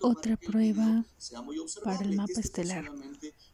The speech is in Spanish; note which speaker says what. Speaker 1: Otra prueba para el mapa estelar.